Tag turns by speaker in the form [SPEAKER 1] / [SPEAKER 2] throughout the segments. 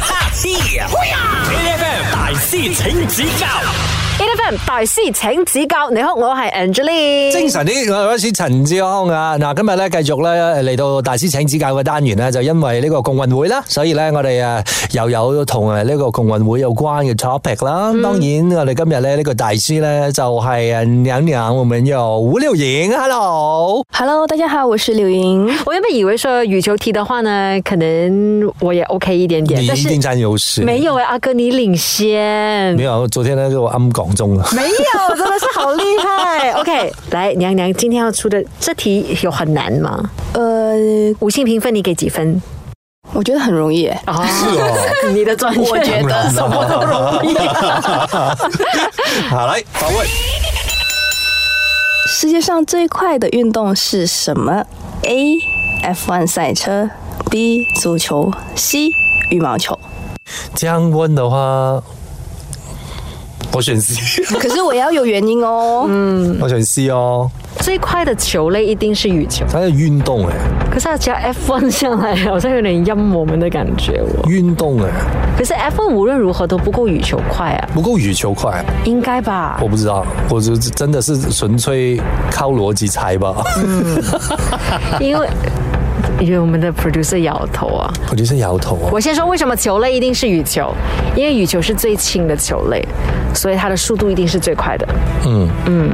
[SPEAKER 1] 哈气，FM 大师请指教。
[SPEAKER 2] e l e v 大師請指教，你好，我係 Angeline。
[SPEAKER 3] 精神啲，我係陳志康啊！嗱，今日咧繼續咧嚟到大師請指教嘅單元咧，就因為呢個共運會啦，所以咧我哋啊又有同誒呢個共運會有關嘅 topic 啦。
[SPEAKER 2] 嗯
[SPEAKER 3] 當然我哋今日咧呢個大師咧就係誒娘娘，我們有吳柳瑩，hello。
[SPEAKER 4] Hello，大家好，我是柳莹。
[SPEAKER 2] 我原本以為說羽球踢的話呢，可能我也 OK 一點點，
[SPEAKER 3] 你
[SPEAKER 2] 但
[SPEAKER 3] 一
[SPEAKER 2] 是
[SPEAKER 3] 定佔優勢。
[SPEAKER 2] 沒有哎、阿哥你領先
[SPEAKER 3] 沒。有，昨天呢，我啱講中啊 了。
[SPEAKER 2] 没有，真的是好厉 害。OK，来，娘娘今天要出的这题有很难吗？
[SPEAKER 4] 呃，
[SPEAKER 2] 五星评分你给几分？
[SPEAKER 4] 我觉得很容易耶，
[SPEAKER 2] 哦，
[SPEAKER 3] 哦
[SPEAKER 2] 你的专业，
[SPEAKER 4] 我觉得
[SPEAKER 2] 什么都容易。
[SPEAKER 3] 好，來，發問。
[SPEAKER 4] 世界上最快的运动是什么？A. F1 赛车，B. 足球，C. 羽毛球。
[SPEAKER 3] 這樣問的話，我選 C，
[SPEAKER 4] 可是我要有原因哦。
[SPEAKER 2] 嗯
[SPEAKER 3] 我選 C 哦。
[SPEAKER 2] 最快的球类一定是羽球，
[SPEAKER 3] 它是運動哎、
[SPEAKER 2] 可是他加 F1 上来，好像有点阴我们的感觉哦。
[SPEAKER 3] 運動哎、
[SPEAKER 2] 可是 F1 无论如何都不够羽球快啊，
[SPEAKER 3] 不够羽球快，
[SPEAKER 2] 应该吧
[SPEAKER 3] 我？不知道，我就真的是纯粹靠逻辑猜 吧。
[SPEAKER 2] 因为因为我们的 producer 摇头啊。
[SPEAKER 3] 我就是摇头啊。
[SPEAKER 2] 我先说为什么球类一定是羽球，因为羽球是最轻的球类，所以它的速度一定是最快的。
[SPEAKER 3] 嗯，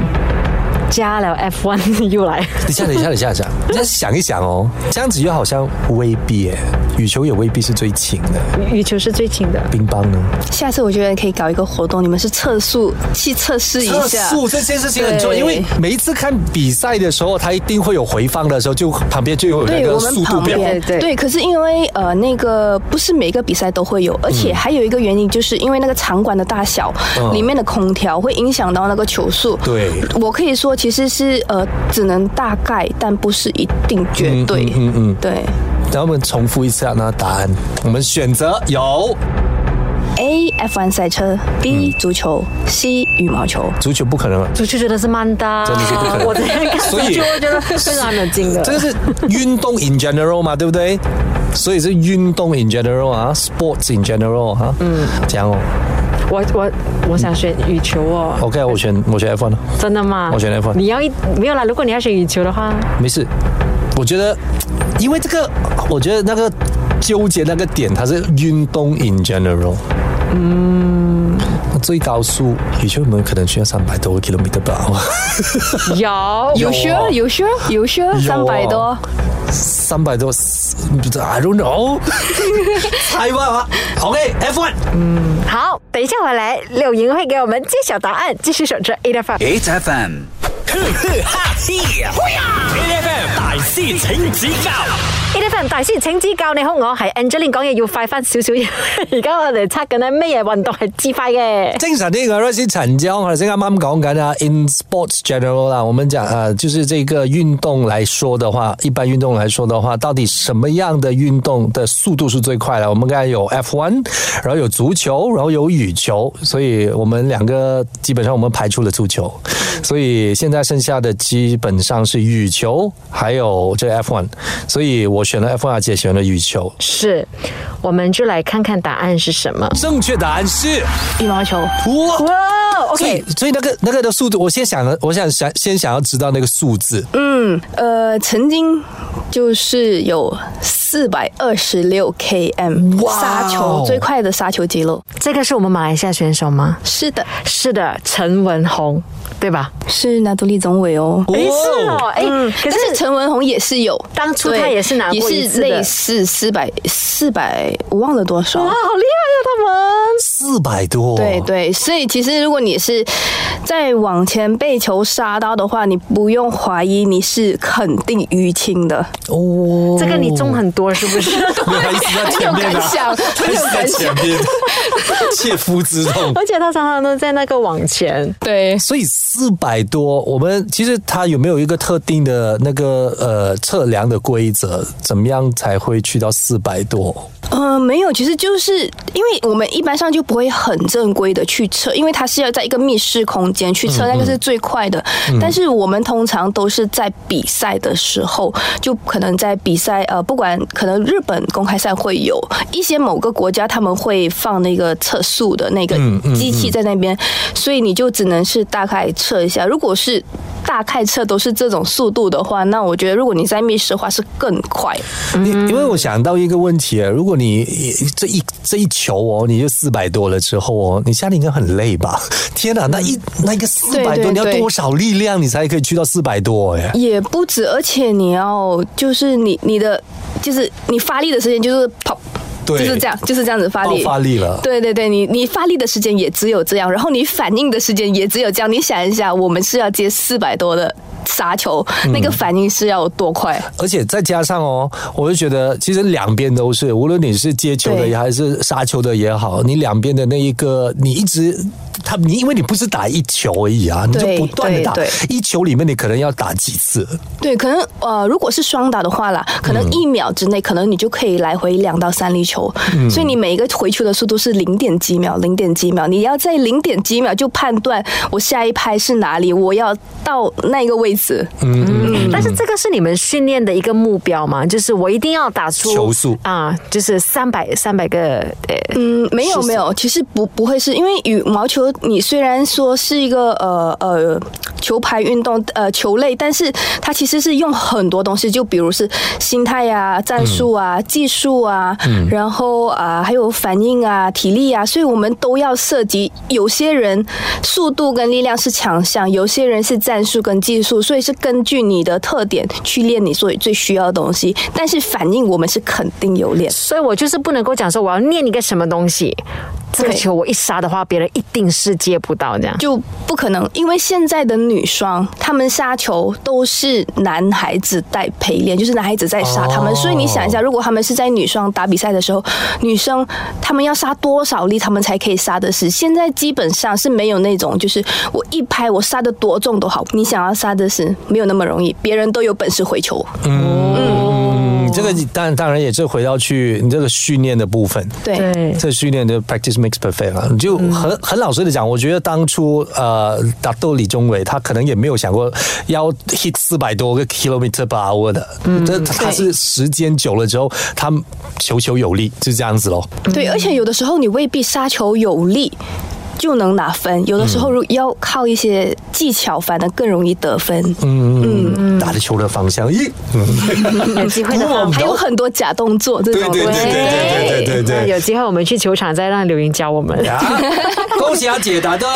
[SPEAKER 2] 加了 F1 又来，
[SPEAKER 3] 等一下，等一下，等一下， 等一下，想一想哦，这样子又好像未必哎，羽球也未必是最轻的，
[SPEAKER 2] 羽球是最轻的。
[SPEAKER 3] 乒乓呢？
[SPEAKER 4] 下次我觉得可以搞一个活动，你们是测速去测试一下。
[SPEAKER 3] 速啊这件事情很重要，
[SPEAKER 4] 对
[SPEAKER 3] 因为每一次看比赛的时候，它一定会有回放的时候，就旁边就有那
[SPEAKER 4] 对
[SPEAKER 3] 个
[SPEAKER 4] 我
[SPEAKER 3] 速
[SPEAKER 4] 们
[SPEAKER 3] 度
[SPEAKER 4] 旁
[SPEAKER 3] 表。
[SPEAKER 4] 边，
[SPEAKER 2] 对对
[SPEAKER 4] 可是因为呃那个不是每个比赛都会有，而且还有一个原因，就是因为那个场馆的大小，
[SPEAKER 3] 嗯
[SPEAKER 4] 里面的空调会影响到那个球速。
[SPEAKER 3] 对
[SPEAKER 4] 我可以说其实是呃只能大概，但不是一定绝对。
[SPEAKER 3] 嗯嗯嗯
[SPEAKER 4] 对
[SPEAKER 3] 然后我们重复一次啊，那答案，我们选择有
[SPEAKER 4] ，A F1 赛车，B 足球，C 羽毛球。
[SPEAKER 3] 足球不可能了，啊
[SPEAKER 2] 足球真的是慢的啊，
[SPEAKER 3] 真的是不可能
[SPEAKER 2] 我这样看
[SPEAKER 3] 所
[SPEAKER 2] 上
[SPEAKER 3] 以
[SPEAKER 2] 去，我觉得非常冷静的。
[SPEAKER 3] 这个是运动 in general 嘛，对不对？所以是运动 in general 啊，sports in general 啊，嗯，这样哦。
[SPEAKER 2] 我我我想选羽球哦。
[SPEAKER 3] OK，我选我选啊 F1 了，
[SPEAKER 2] 真的吗？
[SPEAKER 3] 我选 F1
[SPEAKER 2] 你要一没有啦，如果你要选羽球的 话，
[SPEAKER 3] 没事。我觉得，因为这个，我觉得那个纠结那个点，它是运动 in general。嗯，最高速羽球有没有可能去到三百多个 kilometer 吧？
[SPEAKER 2] 有
[SPEAKER 3] 有啊
[SPEAKER 4] sure 有 sure 有 sure
[SPEAKER 3] 有啊
[SPEAKER 4] 三百多，
[SPEAKER 3] 三百多不知道，I don't know 猜吧。OK，F1。
[SPEAKER 2] 好，等一下回来，柳莹会给我们揭晓答案，继续守着 A F M。
[SPEAKER 1] 8FM，呵呵哈气，8FM 大师请指教。
[SPEAKER 2] A F M 大師請指教，你好，我係 Angeline，講嘢要快翻少少 嘢。而家我哋測緊咧咩嘢運動係至快嘅？
[SPEAKER 3] 精神呢个 r 先陈江，我哋先啱啱講緊啊，in sports general 啦，我們講啊，就是這個運動來說的話，一般運動來說的話，到底什麼樣的運動的速度是最快的？我們剛才有 F1，然後有足球，然後有羽球，所以我們兩個基本上我們排除了足球，所以現在剩下的基本上是羽球，還有这 F1，所以我選了 F1，阿姐選了羽球，
[SPEAKER 2] 是，我們就來看看答案是什麼。
[SPEAKER 3] 正確答案是
[SPEAKER 4] 羽毛球。
[SPEAKER 3] 哇
[SPEAKER 2] 哇
[SPEAKER 3] 所以
[SPEAKER 2] 哦，OK，
[SPEAKER 3] 所以那个那个的速度，我先想了，我想想先想要知道那个数字，
[SPEAKER 4] 嗯，呃，曾经就是有四百二十六 km
[SPEAKER 3] 哇哦
[SPEAKER 4] 杀球最快的杀球记录。
[SPEAKER 2] 这个是我們馬來西亞選手嗎？
[SPEAKER 4] 是的，
[SPEAKER 2] 是的，陳文宏，對吧？
[SPEAKER 4] 是拿督利总委哦。
[SPEAKER 2] 哎、是
[SPEAKER 3] 哇
[SPEAKER 2] 哦，哎、可
[SPEAKER 4] 但
[SPEAKER 2] 是
[SPEAKER 4] 是陈文宏也是有，
[SPEAKER 2] 当初他
[SPEAKER 4] 对
[SPEAKER 2] 也是拿过一
[SPEAKER 4] 也
[SPEAKER 2] 次
[SPEAKER 4] 是
[SPEAKER 2] 的
[SPEAKER 4] 类似四百四百，我忘了多少
[SPEAKER 2] 哇，。好厲害啊，
[SPEAKER 3] 四百多，
[SPEAKER 4] 对，对，所以其实如果你是再往前被球杀到的话，你不用怀疑，你是肯定淤青的。
[SPEAKER 3] 哦
[SPEAKER 2] 他們，这个你中很多是不是？
[SPEAKER 3] 没有还一直在前面
[SPEAKER 4] 很有感
[SPEAKER 3] 啊，
[SPEAKER 4] 想
[SPEAKER 3] 还一直在前面，切肤之痛。
[SPEAKER 2] 而且他常常都在那個往前。
[SPEAKER 4] 对，
[SPEAKER 3] 所以四百多，我们其实它有没有一个特定的那个呃测量的规则？怎么样才会去到四百多？
[SPEAKER 4] 呃，没有，其实就是因为我们一般上就不会很正规的去测，因为它是要在一个密室空间去测，那个是最快的。但是我们通常都是在比赛的时候，就可能在比赛，呃，不管可能日本公开赛会有一些某个国家他们会放那个测速的那个机器在那边，所以你就只能是大概测一下。如果是大概测都是这种速度的话，那我觉得如果你在密室的话是更快。
[SPEAKER 3] 你因为我想到一个问题，如果你这一这一球哦，你就四百多了之后哦，你下来应该很累吧？天哪，那
[SPEAKER 4] 嗯
[SPEAKER 3] 一那一个四百
[SPEAKER 4] 对
[SPEAKER 3] 多，
[SPEAKER 4] 对
[SPEAKER 3] 你要
[SPEAKER 4] 对
[SPEAKER 3] 多少力量你才可以去到四百多？哎，
[SPEAKER 4] 也不止，而且你要就是你你的就是你发力的时间就是跑，
[SPEAKER 3] 对
[SPEAKER 4] 就是这样，就是这样子发力。
[SPEAKER 3] 爆发力了
[SPEAKER 4] 对对对，你你发力的时间也只有这样，然后你反应的时间也只有这样。你想一下，我们是要接四百多的杀球，
[SPEAKER 3] 嗯
[SPEAKER 4] 那个反应是要有多快？
[SPEAKER 3] 而且再加上哦，我就觉得其实两边都是，无论你是接球的
[SPEAKER 4] 对
[SPEAKER 3] 也还是杀球的也好，你两边的那一个，你一直他你因为你不是打一球而已啊，你就
[SPEAKER 4] 对
[SPEAKER 3] 不断的打
[SPEAKER 4] 对
[SPEAKER 3] 一球里面你可能要打几次，
[SPEAKER 4] 对，可能呃，如果是双打的话啦，可能一秒之内，可能你就可以来回两到三粒球，所以你每一个回球的速度是零点几秒，零点几秒，你要在零点几秒就判断我下一拍是哪里，我要到那个位置。
[SPEAKER 2] 但是这个是你们训练的一个目标嘛？就是我一定要打出
[SPEAKER 3] 球速
[SPEAKER 2] 啊，就是三百三百个呃。
[SPEAKER 4] 嗯，没有没有，其实不不会是因为羽毛球，你虽然说是一个呃呃球拍运动呃球类，但是它其实是用很多东西，就比如是心态啊、战术啊、技术啊，然后啊、还有反应啊、体力啊，所以我们都要涉及。有些人速度跟力量是强项，有些人是战术跟技术，所以是根据你的特点去练你所最需要的东西。但是反应我们是肯定有练。
[SPEAKER 2] 所以我就是不能够讲说我要念一个什么东西，这个
[SPEAKER 4] 对
[SPEAKER 2] 球我一杀的话，别人一定是接不到这样。
[SPEAKER 4] 就不可能，因为现在的女双，她们杀球都是男孩子在陪练，就是男孩子在杀她们。
[SPEAKER 3] 哦
[SPEAKER 4] 所以你想一下，如果他们是在女双打比赛的时候，女生她们要杀多少粒，她们才可以杀得死？现在基本上是没有那种，就是我一拍我杀得多重都好，你想要杀得死没有那么容易，别人都有本事回球。哦
[SPEAKER 3] 嗯，这个当然当然也是回到去你这个训练的部分，
[SPEAKER 4] 对。
[SPEAKER 2] 对，
[SPEAKER 3] 这训练的 practice makes perfect 啊，就很很老实的讲，我觉得当初呃打斗李宗伟，他可能也没有想过要 hit 四百多个 kilometer per hour 的，这、他是时间久了之后，他球球有力，就这样子咯。
[SPEAKER 4] 对，而且有的时候你未必杀球有力。就能拿分，有的时候如要靠一些技巧，反而更容易得分。
[SPEAKER 3] 嗯，打的球的方向，咦，
[SPEAKER 2] 有机会的话，
[SPEAKER 4] 还有很多假动作这种
[SPEAKER 3] 对对
[SPEAKER 4] 东
[SPEAKER 3] 对对对对
[SPEAKER 4] 西。
[SPEAKER 3] 对
[SPEAKER 2] 那有机会我们去球场再让刘莹教我们。
[SPEAKER 3] 啊，恭喜阿姐答对。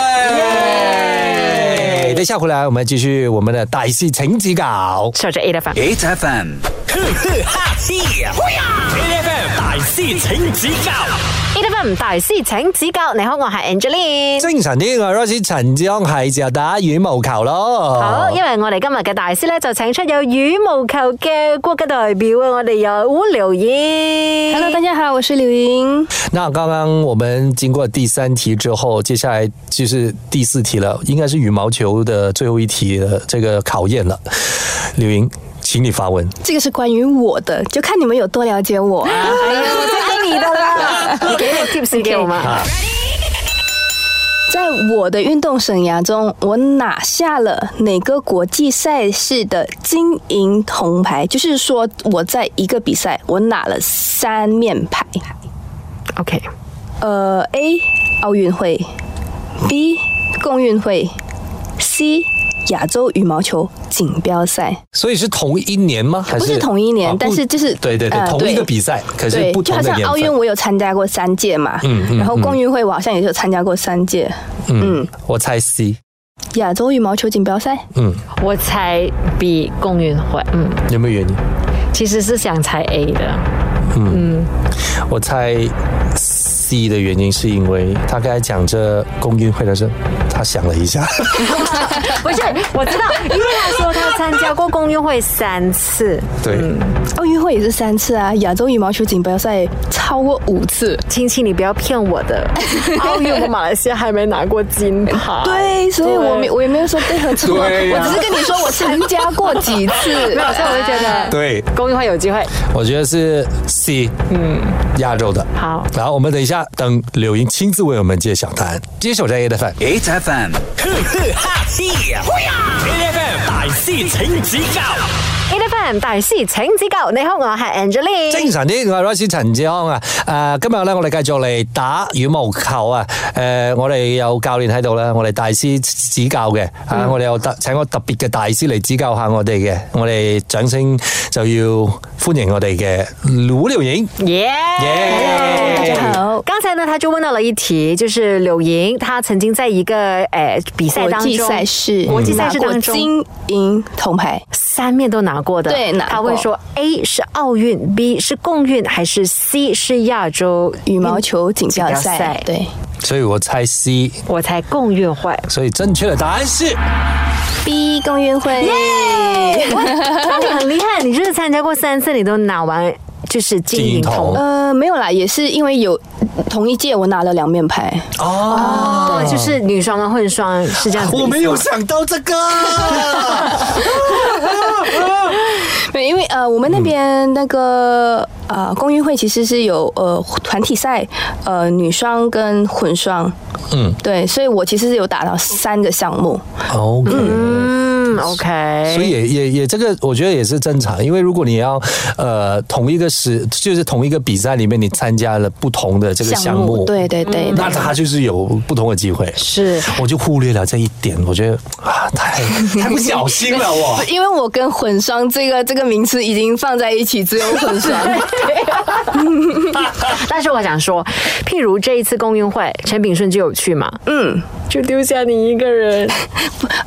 [SPEAKER 3] 等一下回来，我们继续我们的大戏成绩稿。
[SPEAKER 2] 守着 A 的反。
[SPEAKER 1] 8 FM，呵呵哈嘿，嘿呀！A F M 大师请指教
[SPEAKER 2] ，A 的 M 大师請指教。你好，我係 Angeline。
[SPEAKER 3] 精神啲，我 Rosie 陳志安係就打羽毛球咯。
[SPEAKER 2] 好，因為我哋今日嘅大師咧就請出有羽毛球嘅國家代表啊，我哋有吳柳莹。
[SPEAKER 4] Hello，大家好，我是柳莹。
[SPEAKER 3] 那刚刚我们经过第三题之后，接下来就是第四题了，应该是羽毛球的最后一题的这个考验了。刘莹，请你发问。
[SPEAKER 4] 这个是关于我的，就看你们有多了解我 啊。
[SPEAKER 2] 哎 呀，我最爱你的啦！你给点 tips 给我们。
[SPEAKER 4] 在我的运动生涯中，我拿下了哪个国际赛事的金银铜牌？就是说，我在一个比赛，我拿了三面牌。
[SPEAKER 2] OK，
[SPEAKER 4] 呃，A 奥运会，B 共运会，C 亚洲羽毛球锦标赛，
[SPEAKER 3] 所以是同一年吗？还是
[SPEAKER 4] 不是同一年，
[SPEAKER 3] 啊不
[SPEAKER 4] 但是就是
[SPEAKER 3] 对对对，
[SPEAKER 4] 呃
[SPEAKER 3] 同一个比赛，可是
[SPEAKER 4] 对，
[SPEAKER 3] 不
[SPEAKER 4] 就
[SPEAKER 3] 同
[SPEAKER 4] 好
[SPEAKER 3] 的
[SPEAKER 4] 像
[SPEAKER 3] 年份。
[SPEAKER 4] 奥运我有参加过三届嘛，
[SPEAKER 3] 嗯嗯
[SPEAKER 4] 然后共运会我好像也有参加过三届，
[SPEAKER 3] 嗯，我猜 C。
[SPEAKER 4] 亚洲羽毛球锦标赛，
[SPEAKER 3] 嗯，
[SPEAKER 2] 我猜 B 共运会，嗯，
[SPEAKER 3] 有没有原因？
[SPEAKER 2] 其实是想猜 A 的。
[SPEAKER 3] 我猜 C 的原因是因为他刚才讲这公运会的时候，他想了一下。
[SPEAKER 2] 不是，我 知道，因为他说他参加过共运会三次。
[SPEAKER 4] 嗯
[SPEAKER 3] 对，
[SPEAKER 4] 奥运会也是三次啊，亚洲羽毛球锦标赛超过五次。
[SPEAKER 2] 亲亲，你不要骗我的，奥运我马来西亚还没拿过金牌。
[SPEAKER 4] 对，所以我没
[SPEAKER 2] 对
[SPEAKER 4] 我也没有说对和错，
[SPEAKER 3] 对
[SPEAKER 4] 我
[SPEAKER 3] 呀
[SPEAKER 4] 只是跟你说我参加过几次。
[SPEAKER 2] 没有，所以我就觉得
[SPEAKER 3] 对，
[SPEAKER 2] 公益会有机会。
[SPEAKER 3] 我觉得是 C，嗯，亚洲的。
[SPEAKER 2] 好
[SPEAKER 3] 然后我们等一下等柳莹亲自为我们揭晓答案。接手在 A 的饭。
[SPEAKER 1] ，H F M，呵呵哈嘿，嘿呀，A F M 大师请指教
[SPEAKER 2] ，A F M 大師請指教，你好，我係 Angeline。
[SPEAKER 3] 精神啲，我系 Royce 陳志康啊！诶、今日咧我哋繼續嚟打羽毛球啊！诶、我哋有教練喺度啦，我哋大師指教嘅啊，我哋有特请個特別嘅大師嚟指教下我哋嘅，我哋掌聲就要歡迎我哋嘅卢柳莹。
[SPEAKER 2] 耶！
[SPEAKER 3] 耶
[SPEAKER 4] 大家好
[SPEAKER 2] 刚才呢，他就问到了一题，就是柳莹，她曾经在一个呃比赛
[SPEAKER 4] 国
[SPEAKER 2] 当
[SPEAKER 4] 际
[SPEAKER 2] 中，
[SPEAKER 4] 赛事，
[SPEAKER 2] 国际赛事当
[SPEAKER 4] 拿过
[SPEAKER 2] 中
[SPEAKER 4] 金银铜牌，
[SPEAKER 2] 三面都拿过的，
[SPEAKER 4] 对拿过
[SPEAKER 2] 他会说 A 是奥运，B 是共运，还是 C 是亚洲
[SPEAKER 4] 羽毛？球锦标
[SPEAKER 2] 锦标赛
[SPEAKER 4] 赛，对
[SPEAKER 3] 所以我猜 C，
[SPEAKER 2] 我才共运会。
[SPEAKER 3] 所以正确的答案是
[SPEAKER 4] ，B 共运会。
[SPEAKER 2] 那你很厉害，你就是参加过三次，你都拿完就是金
[SPEAKER 3] 金
[SPEAKER 2] 银
[SPEAKER 3] 银
[SPEAKER 2] 铜
[SPEAKER 3] 铜。
[SPEAKER 4] 呃，没有啦，也是因为有同一届我拿了两面牌，
[SPEAKER 3] 哦
[SPEAKER 2] 哦，就是女双跟混双是这样子的意思吗。
[SPEAKER 3] 我没有想到这 个，
[SPEAKER 4] 对，因为呃，我们那
[SPEAKER 3] 嗯
[SPEAKER 4] 边那个呃，公运会其实是有呃团体赛，呃女双跟混双，
[SPEAKER 3] 嗯
[SPEAKER 4] 对，所以我其实是有打到三个项目，
[SPEAKER 3] ，OK。
[SPEAKER 2] 嗯，OK。
[SPEAKER 3] 所以也也也这个，我觉得也是正常，因为如果你要呃同一个时，就是同一个比赛里面，你参加了不同的这个项目，
[SPEAKER 4] 对对对，
[SPEAKER 3] 那他就是有不同的机会。
[SPEAKER 2] 是
[SPEAKER 3] 我就忽略了这一点，我觉得啊，太太不小心了我。
[SPEAKER 4] 因为我跟混双这个这个名词已经放在一起，只有混双。
[SPEAKER 2] 但是我想说，譬如这一次公运会，陈炳顺就有去嘛，
[SPEAKER 4] 嗯，
[SPEAKER 2] 就丢下你一个人，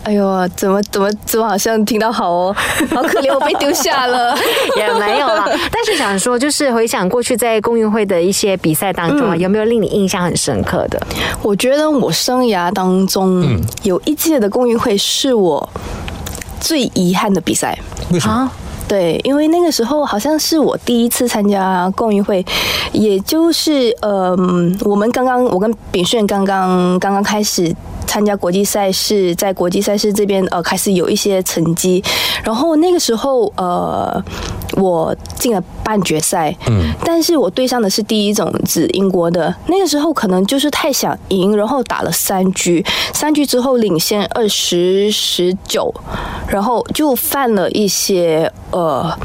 [SPEAKER 4] 哎呦，怎么怎么怎么好像听到好哦，好可怜，我被丢下了。
[SPEAKER 2] 也没有 啦。但是想说，就是回想过去在公运会的一些比赛当
[SPEAKER 3] 嗯
[SPEAKER 2] 中啊，有没有令你印象很深刻的？
[SPEAKER 4] 我觉得我生涯当
[SPEAKER 3] 嗯
[SPEAKER 4] 中有一届的公运会是我最遗憾的比赛。
[SPEAKER 3] 为什么？
[SPEAKER 4] 对，因为那个时候好像是我第一次参加共运会，也就是呃，嗯我们刚刚我跟炳炫刚刚刚刚开始参加国际赛事，在国际赛事这边呃开始有一些成绩，然后那个时候呃我进了半决赛，嗯，但是我对上的是第一种子英国的，那个时候可能就是太想赢，然后打了三局，三局之后领先二十十九，然后就犯了一些呃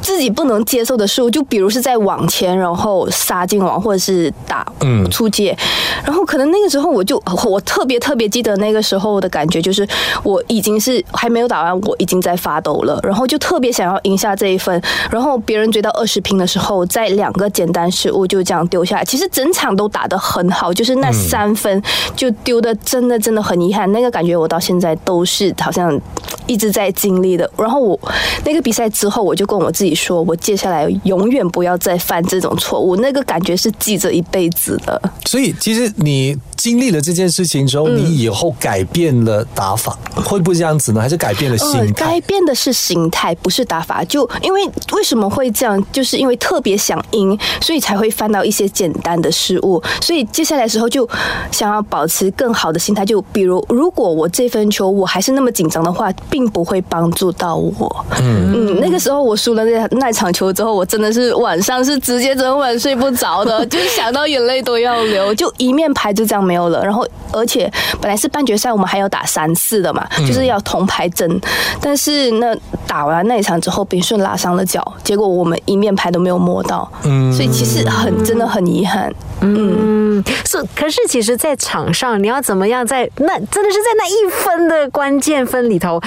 [SPEAKER 4] 自己不能接受的失误，就比如是在网前，然后杀进网或者是打
[SPEAKER 3] 嗯
[SPEAKER 4] 出界，然后可能那个时候我就我特别特别记得那个时候的感觉，就是我已经是还没有打完，我已经在发抖了，然后就特别想要赢下这一分，然后别人追到二十平的时候，在两个简单失误就这样丢下来，其实整场都打得很好，就是那嗯三分就丢的真的真的很遗憾，那个感觉我到现在都是好像一直在经历的。然后我那个比赛之后，我就跟我自己说，我接下来永远不要再犯这种错误，那个感觉是记着一辈子的。
[SPEAKER 3] 所以其实你经历了这件事情之后，你以后改变了打法，会不会这样子呢？还是改变了心态
[SPEAKER 4] 哦改？变的是心态，不是打法。就因为为什么会这样，就是因为特别想赢，所以才会犯到一些简单的失误。所以接下来的时候就想要保持更好的心态。就比如，如果我这分球我还是那么紧张的话，并不会帮助到我。嗯那个时候我输了那那场球之后，我真的是晚上是直接整晚睡不着的，就是想到眼泪都要流。就一面牌就这样没有了，然后而且本来是半决赛，我们还要打三次的嘛，就是要铜牌争。但是那打完那一场之后，炳顺拉伤了脚，结果我们一面牌都没有摸到，所以其实很真的很遗憾。
[SPEAKER 2] 嗯，是。可是其实，在场上你要怎么样在那真的是在那一分的关键分里头，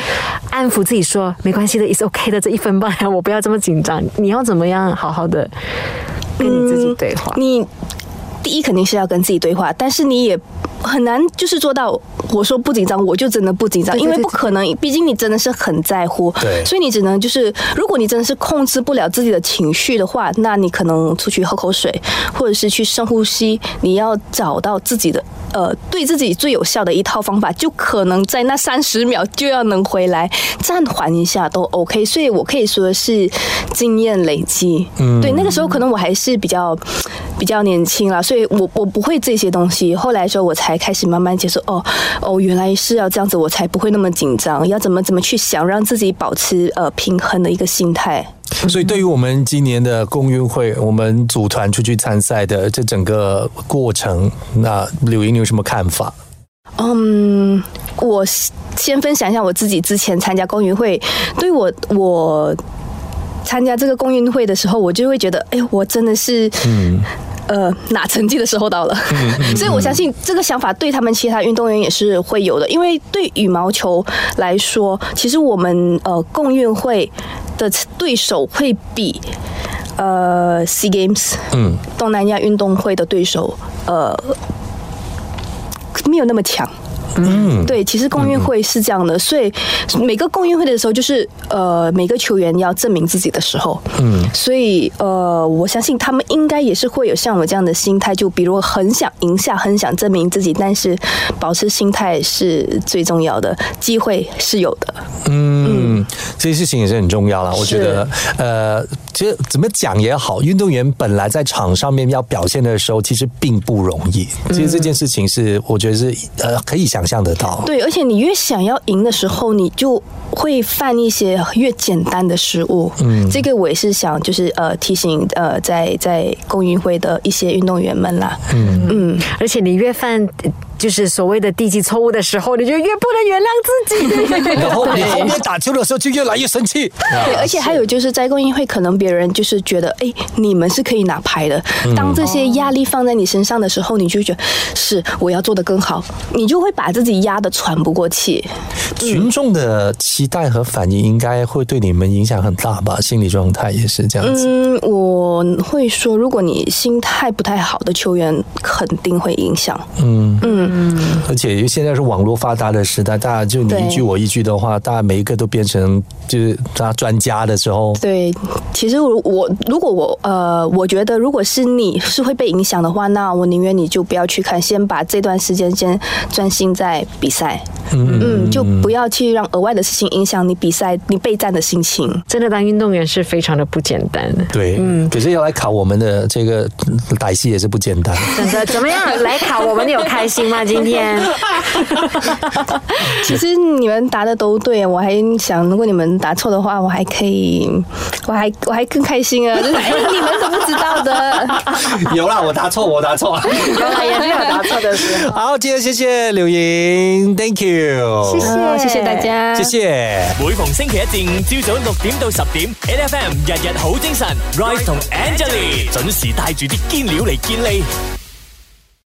[SPEAKER 2] 安抚自己说没关系的，is OK 的，这一分半我不要这么紧张。你要怎么样好好的跟你自己对话？
[SPEAKER 4] 嗯你第一肯定是要跟自己对话，但是你也很难就是做到我说不紧张，我就真的不紧张，
[SPEAKER 2] 对对
[SPEAKER 4] 因为
[SPEAKER 2] 对
[SPEAKER 4] 不可能，毕竟你真的是很在乎，
[SPEAKER 3] 对
[SPEAKER 4] 所以你只能就是，如果你真的是控制不了自己的情绪的话，那你可能出去喝口水，或者是去深呼吸，你要找到自己的呃对自己最有效的一套方法，就可能在那三十秒就要能回来，暂缓一下都 OK。所以我可以说是经验累积，嗯，对，那个时候可能我还是比较比较年轻啦，所以我我不会这些东西。后来的时候我才开始慢慢接受，哦哦，原来是要这样子，我才不会那么紧张。要怎么怎么去想，让自己保持呃平衡的一个心态。
[SPEAKER 3] 所以，对于我们今年的公运会，我们组团出去参赛的这整个过程，那柳莹你有什么看法？
[SPEAKER 4] 嗯，我先分享一下我自己之前参加公运会，对我我参加这个公运会的时候，我就会觉得，哎，我真的是，嗯。呃，拿成绩的时候到了，所以我相信这个想法对他们其他运动员也是会有的，因为对羽毛球来说，其实我们呃共运会的对手会比呃 Sea Games，嗯，东南亚运动会的对手呃没有那么强。嗯，对，其实共运会是这样的，所以每个共运会的时候，就是呃，每个球员要证明自己的时候，嗯，所以呃，我相信他们应该也是会有像我这样的心态，就比如很想赢下，很想证明自己，但是保持心态是最重要的，机会是有的，
[SPEAKER 3] 嗯，这些事情也是很重要啦。我觉得，呃，其实怎么讲也好，运动员本来在场上面要表现的时候，其实并不容易。其实这件事情是，我觉得是呃可以想象得到。
[SPEAKER 4] 对，而且你越想要赢的时候，你就会犯一些越简单的失误。嗯，这个我也是想就是呃提醒呃在在公运会的一些运动员们啦。嗯嗯，
[SPEAKER 2] 而且你越犯呃就是所谓的低级错误的时候，你就越不能原谅 自己。
[SPEAKER 3] 然后你后面打球的时候就越来越生气。
[SPEAKER 4] 对，而且还有就是在公运会，可能别人就是觉得哎你们是可以拿牌的。当这些压力放在你身上的时候，你就觉得是我要做得更好，你就会把自己压得喘不过气。
[SPEAKER 3] 群众的期待和反应应该会对你们影响很大吧？心理状态也是这样子。
[SPEAKER 4] 嗯，我会说，如果你心态不太好的球员，肯定会影响。
[SPEAKER 3] 而且现在是网络发达的时代，大家就你
[SPEAKER 4] 对
[SPEAKER 3] 一句我一句的话，大家每一个都变成就是他专家的时候，
[SPEAKER 4] 对，其实我我如果我呃，我觉得如果是你是会被影响的话，那我宁愿你就不要去看，先把这段时间先专心在比赛。嗯就不要去让额外的事情影响你比赛你备战的心情。
[SPEAKER 2] 真的当运动员是非常的不简单的。
[SPEAKER 3] 对，嗯，可是要来考我们的这个嗯歹戏也是不简单。
[SPEAKER 2] 真的怎么样？来考我们有开心吗？今天
[SPEAKER 4] 其实你们答的都对，我还想，如果你们答错的话，我还可以，我还我还更开心啊！就是哎，你们怎么知道的？
[SPEAKER 3] 有啦，我答错，我答错。
[SPEAKER 2] 原来也是有答错的时候。
[SPEAKER 3] 好，今天谢谢柳莹，Thank you，
[SPEAKER 2] 谢
[SPEAKER 4] 好， 嗯谢谢大家，
[SPEAKER 3] 谢谢。
[SPEAKER 1] 每逢星期一至五朝早六點到十點，N F M 日日好精神，Rise 同 Angelie 準時帶住啲堅料嚟健利。